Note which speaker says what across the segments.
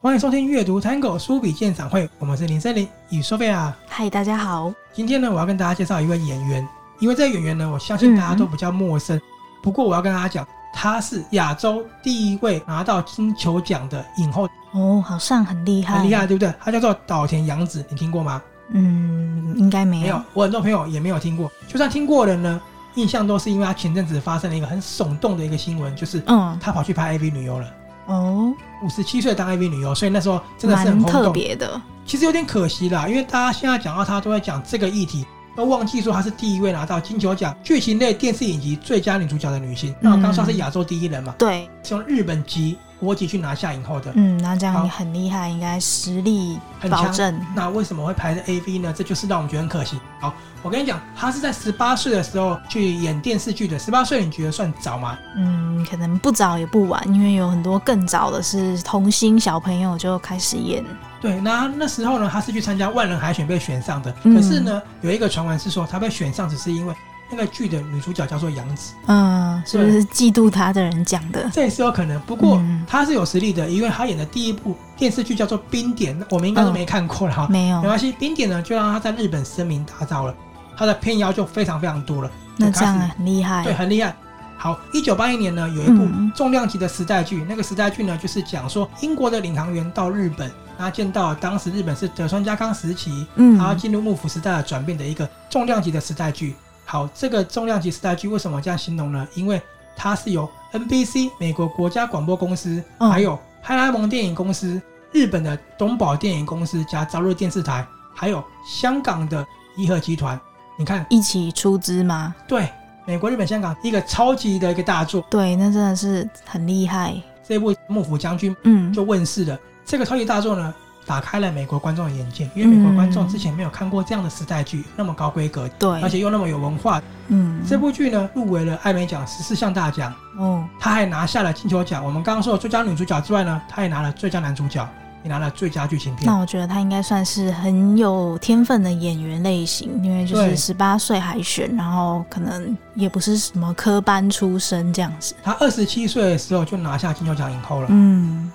Speaker 1: 欢迎收听阅读 Tango 书笔鉴赏会，我们是林森林与索菲亚。
Speaker 2: 嗨，大家好。
Speaker 1: 啊今天呢，我要跟大家介绍一位演员，因为这个演员呢，我相信大家都比较陌生。不过我要跟大家讲，她是亚洲第一位拿到金球奖的影后，
Speaker 2: 哦，好像很厉害，
Speaker 1: 很厉害，。对不对？她叫做岛田洋子，你听过吗？
Speaker 2: 嗯，应该没有。
Speaker 1: 没有，我很多朋友也没有听过。就算听过的人呢，印象都是因为她前阵子发生了一个很耸动的一个新闻，就是
Speaker 2: 嗯，
Speaker 1: 她跑去拍 AV 女优了。
Speaker 2: 哦，
Speaker 1: 五十七岁当 AV 女优，所以那时候真的是很
Speaker 2: 蛮
Speaker 1: 轰
Speaker 2: 特
Speaker 1: 动。
Speaker 2: 别的。
Speaker 1: 其实有点可惜啦，因为大家现在讲到她都在讲这个议题，都忘记说她是第一位拿到金球奖剧情类电视影集最佳女主角的女
Speaker 2: 嗯
Speaker 1: 星。那我刚说她是亚洲第一人嘛，
Speaker 2: 对，
Speaker 1: 是用日本籍国籍去拿下影后的。
Speaker 2: 嗯，那这样
Speaker 1: 好
Speaker 2: 你很厉害，应该实力
Speaker 1: 很
Speaker 2: 保
Speaker 1: 强
Speaker 2: 证。
Speaker 1: 那为什么会排在 AV 呢？这就是让我们觉得很可惜。好，我跟你讲，她是在十八岁的时候去演电视剧的。十八岁你觉得算早吗？
Speaker 2: 嗯，可能不早也不晚，因为有很多更早的是童星小朋友就开始演。
Speaker 1: 对，那那时候呢，他是去参加万人海选被选上的。
Speaker 2: 嗯
Speaker 1: 可是呢，有一个传闻是说，他被选上只是因为那个剧的女主角叫做杨紫，
Speaker 2: 嗯，是不是嫉妒他的人讲的？
Speaker 1: 这也是有可能。不过
Speaker 2: 嗯
Speaker 1: 他是有实力的，因为他演的第一部电视剧叫做《冰点》，我们应该都没看过了哈。
Speaker 2: 没有
Speaker 1: 没。关系，《冰点》呢就让他在日本声名大噪了，他的片邀就非常非常多了。
Speaker 2: 那
Speaker 1: 就开
Speaker 2: 这样啊
Speaker 1: 始
Speaker 2: 很厉害。
Speaker 1: 对，很厉害。好，一九八一年呢，有一部
Speaker 2: 嗯
Speaker 1: 重量级的时代剧，那个时代剧呢，就是讲说英国的领航员到日本，他见到当时日本是德川家康时期，
Speaker 2: 嗯
Speaker 1: 他要进入幕府时代的转变的一个重量级的时代剧。好，这个重量级时代剧为什么这样形容呢？因为它是由 NBC 美国国家广播公司，
Speaker 2: 嗯
Speaker 1: 还有派拉蒙电影公司、日本的东宝电影公司加朝日电视台，还有香港的颐和集团。你看，
Speaker 2: 一起出资吗？
Speaker 1: 对美国、日本、香港一个超级的一个大作，
Speaker 2: 对，那真的是很厉害。
Speaker 1: 这部《幕府将军》
Speaker 2: 嗯，
Speaker 1: 就问世了。这个超级大作呢，打开了美国观众的眼界，因为美国观众之前没有看过这样的时代剧，那么高规格，
Speaker 2: 对
Speaker 1: 而，且又那么有文化。
Speaker 2: 嗯，
Speaker 1: 这部剧呢，入围了艾美奖十四项大奖，
Speaker 2: 哦，
Speaker 1: 他还拿下了金球奖。我们刚刚说的最佳女主角之外呢，他也拿了最佳男主角，也拿了最佳剧情片
Speaker 2: 那。我觉得他应该算是很有天分的演员类型，因为就
Speaker 1: 对
Speaker 2: 是十八岁海选，然后可能也不是什么科班出身这样子。
Speaker 1: 他二十七岁的时候就拿下金球奖影后了，
Speaker 2: 嗯，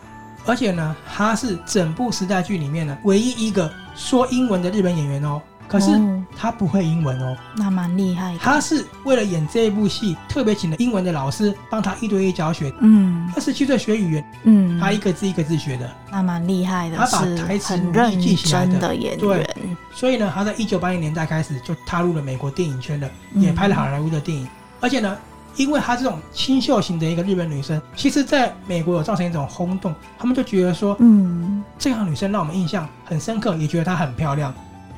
Speaker 1: 而且呢，他是整部时代剧里面呢唯一一个说英文的日本演员哦。可是
Speaker 2: 哦
Speaker 1: 他不会英文哦，
Speaker 2: 那蛮厉害的。
Speaker 1: 他是为了演这一部戏特别请了英文的老师帮他一对一教学。
Speaker 2: 嗯
Speaker 1: 二十七岁学语言，
Speaker 2: 嗯，
Speaker 1: 他一个字一个字学的，
Speaker 2: 那蛮厉害的，
Speaker 1: 他把
Speaker 2: 是
Speaker 1: 台词
Speaker 2: 很
Speaker 1: 努力
Speaker 2: 认
Speaker 1: 记起来的
Speaker 2: 真的演
Speaker 1: 对
Speaker 2: 员。
Speaker 1: 所以呢，他在一九八零年代开始就踏入了美国电影圈了，
Speaker 2: 嗯
Speaker 1: 也拍了好莱坞的电影。而且呢，因为她这种清秀型的一个日本女生，其实在美国有造成一种轰动，他们就觉得说
Speaker 2: 嗯，
Speaker 1: 这样的女生让我们印象很深刻，也觉得她很漂亮。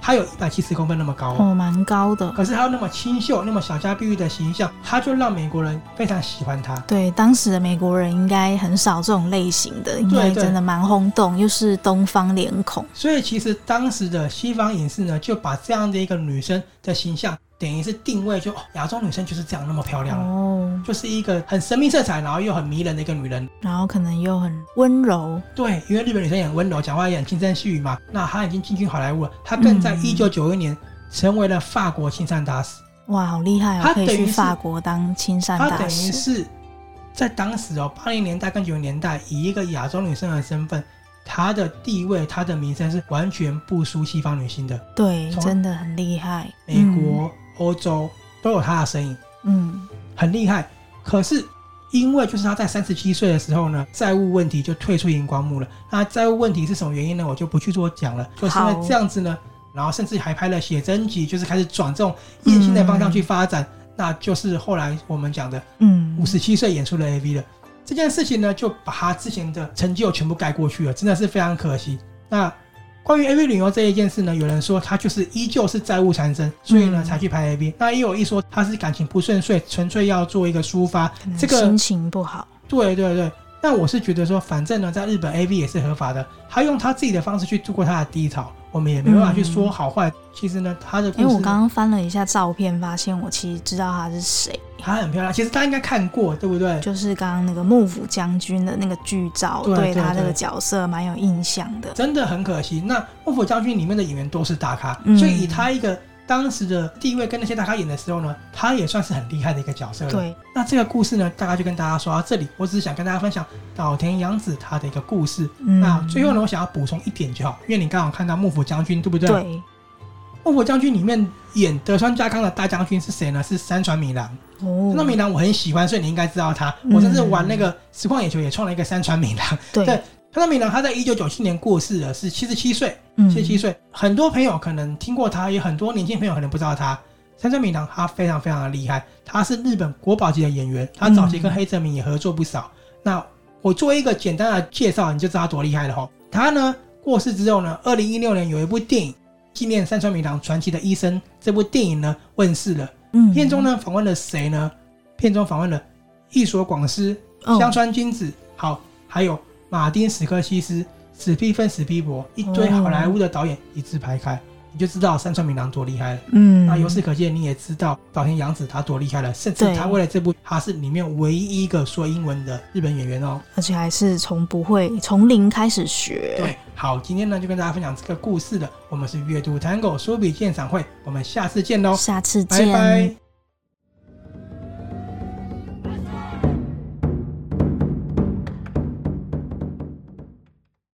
Speaker 1: 她有一百七十公分那么高哦、
Speaker 2: 哦，蛮高的。
Speaker 1: 可是她有那么清秀、那么小家碧玉的形象，她就让美国人非常喜欢她。
Speaker 2: 对，当时的美国人应该很少这种类型的，应该
Speaker 1: 对
Speaker 2: 真的蛮轰动，又是东方脸孔。
Speaker 1: 所以其实当时的西方影视呢，就把这样的一个女生的形象，等于是定位就哦亚洲女生就是这样那么漂亮，
Speaker 2: 哦，
Speaker 1: 就是一个很神秘色彩，然后又很迷人的一个女人。
Speaker 2: 然后可能又很温柔。
Speaker 1: 对，因为日本女生也很温柔，讲话也很轻声细语嘛。那她已经进军好莱坞了，她更在
Speaker 2: 嗯
Speaker 1: 一九九一年成为了法国亲善大使。
Speaker 2: 哇，好厉害哦！
Speaker 1: 他
Speaker 2: 可以
Speaker 1: 等于
Speaker 2: 去
Speaker 1: 是
Speaker 2: 法国当亲善
Speaker 1: 她等
Speaker 2: 大
Speaker 1: 于
Speaker 2: 使。
Speaker 1: 是在当时哦，八零年代跟九零年代，以一个亚洲女生的身份，她的地位、她的名声是完全不输西方女性的。
Speaker 2: 对，
Speaker 1: 从
Speaker 2: 真的很厉害。
Speaker 1: 美国、欧、洲都有她的身影，
Speaker 2: 嗯，
Speaker 1: 很厉害。可是因为就是她在三十七岁的时候呢，债务问题就退出荧光幕了。那债务问题是什么原因呢？我就不去做讲了。就是因为
Speaker 2: 好
Speaker 1: 这样子呢，然后甚至还拍了写真集，就是开始转这种艳性的方向去发展。那就是后来我们讲的
Speaker 2: 嗯
Speaker 1: 五
Speaker 2: 嗯，
Speaker 1: 十七岁演出了 AV 了。这件事情呢，就把她之前的成就全部盖过去了，真的是非常可惜。那关于 AV 旅游这一件事呢，有人说她就是依旧是债务缠身，所以呢
Speaker 2: 嗯
Speaker 1: 才去拍 AV。那也有一说她是感情不顺遂，纯粹要做一个抒发
Speaker 2: 可。能
Speaker 1: 这个
Speaker 2: 心情不好。
Speaker 1: 对对对。那我是觉得说，反正呢，在日本 AV 也是合法的，她用她自己的方式去度过她的低潮，我们也没办法去说好坏。其实呢，她的故
Speaker 2: 因
Speaker 1: 事，
Speaker 2: 为我刚刚翻了一下照片，发现我其实知道他是谁，
Speaker 1: 她很漂亮，其实大家应该看过，对不对？
Speaker 2: 就是刚刚那个幕府将军的那个剧照，
Speaker 1: 对对
Speaker 2: 他这
Speaker 1: 对
Speaker 2: 个角色蛮有印象的。
Speaker 1: 真的很可惜。那幕府将军里面的演员都是大咖，
Speaker 2: 嗯
Speaker 1: 所以以他一个当时的地位跟那些大咖演的时候呢，他也算是很厉害的一个角色了。
Speaker 2: 对，
Speaker 1: 那这个故事呢，大概就跟大家说到啊这里。我只是想跟大家分享岛田洋子她的一个故事。
Speaker 2: 嗯
Speaker 1: 那最后呢，我想要补充一点就好，因为你刚好看到幕府将军，对不对？。
Speaker 2: 对，
Speaker 1: 幕府将军里面演德川家康的大将军是谁呢？是山川明郎。
Speaker 2: 哦嗯
Speaker 1: 山川明郎我很喜欢，所以你应该知道他。我甚至玩那个实况野球也创了一个山川明郎。对
Speaker 2: 对，
Speaker 1: 山川明郎他在一九九七年过世了，是七十七岁。
Speaker 2: 嗯
Speaker 1: 七十七岁，很多朋友可能听过他，也很多年轻朋友可能不知道他。山川明堂他非常非常的厉害，他是日本国宝级的演员，他早期跟黑泽明也合作不少。那我做一个简单的介绍，你就知道他多厉害了吼。他呢过世之后呢，二零一六年有一部电影纪念山川明堂传奇的医生，这部电影呢问世了。
Speaker 2: 嗯
Speaker 1: 片中呢访问了谁呢？片中访问了一所广司、
Speaker 2: 哦
Speaker 1: 香川君子，好，还有马丁·史科西斯、史蒂芬·史皮伯，一堆好莱坞的导演一字排开，你就知道山川明郎多厉害了。
Speaker 2: 嗯，
Speaker 1: 那由此可见，你也知道岛田洋子她多厉害了，甚至
Speaker 2: 对
Speaker 1: 她为了这部，她是里面唯一一个说英文的日本演员哦。
Speaker 2: 而且还是从不会从零开始学，
Speaker 1: 对，好，今天呢就跟大家分享这个故事了。我们是阅读 Tango 书笔鉴赏会，我们下次见喽，
Speaker 2: 下次
Speaker 1: 拜
Speaker 2: 见。
Speaker 1: 拜。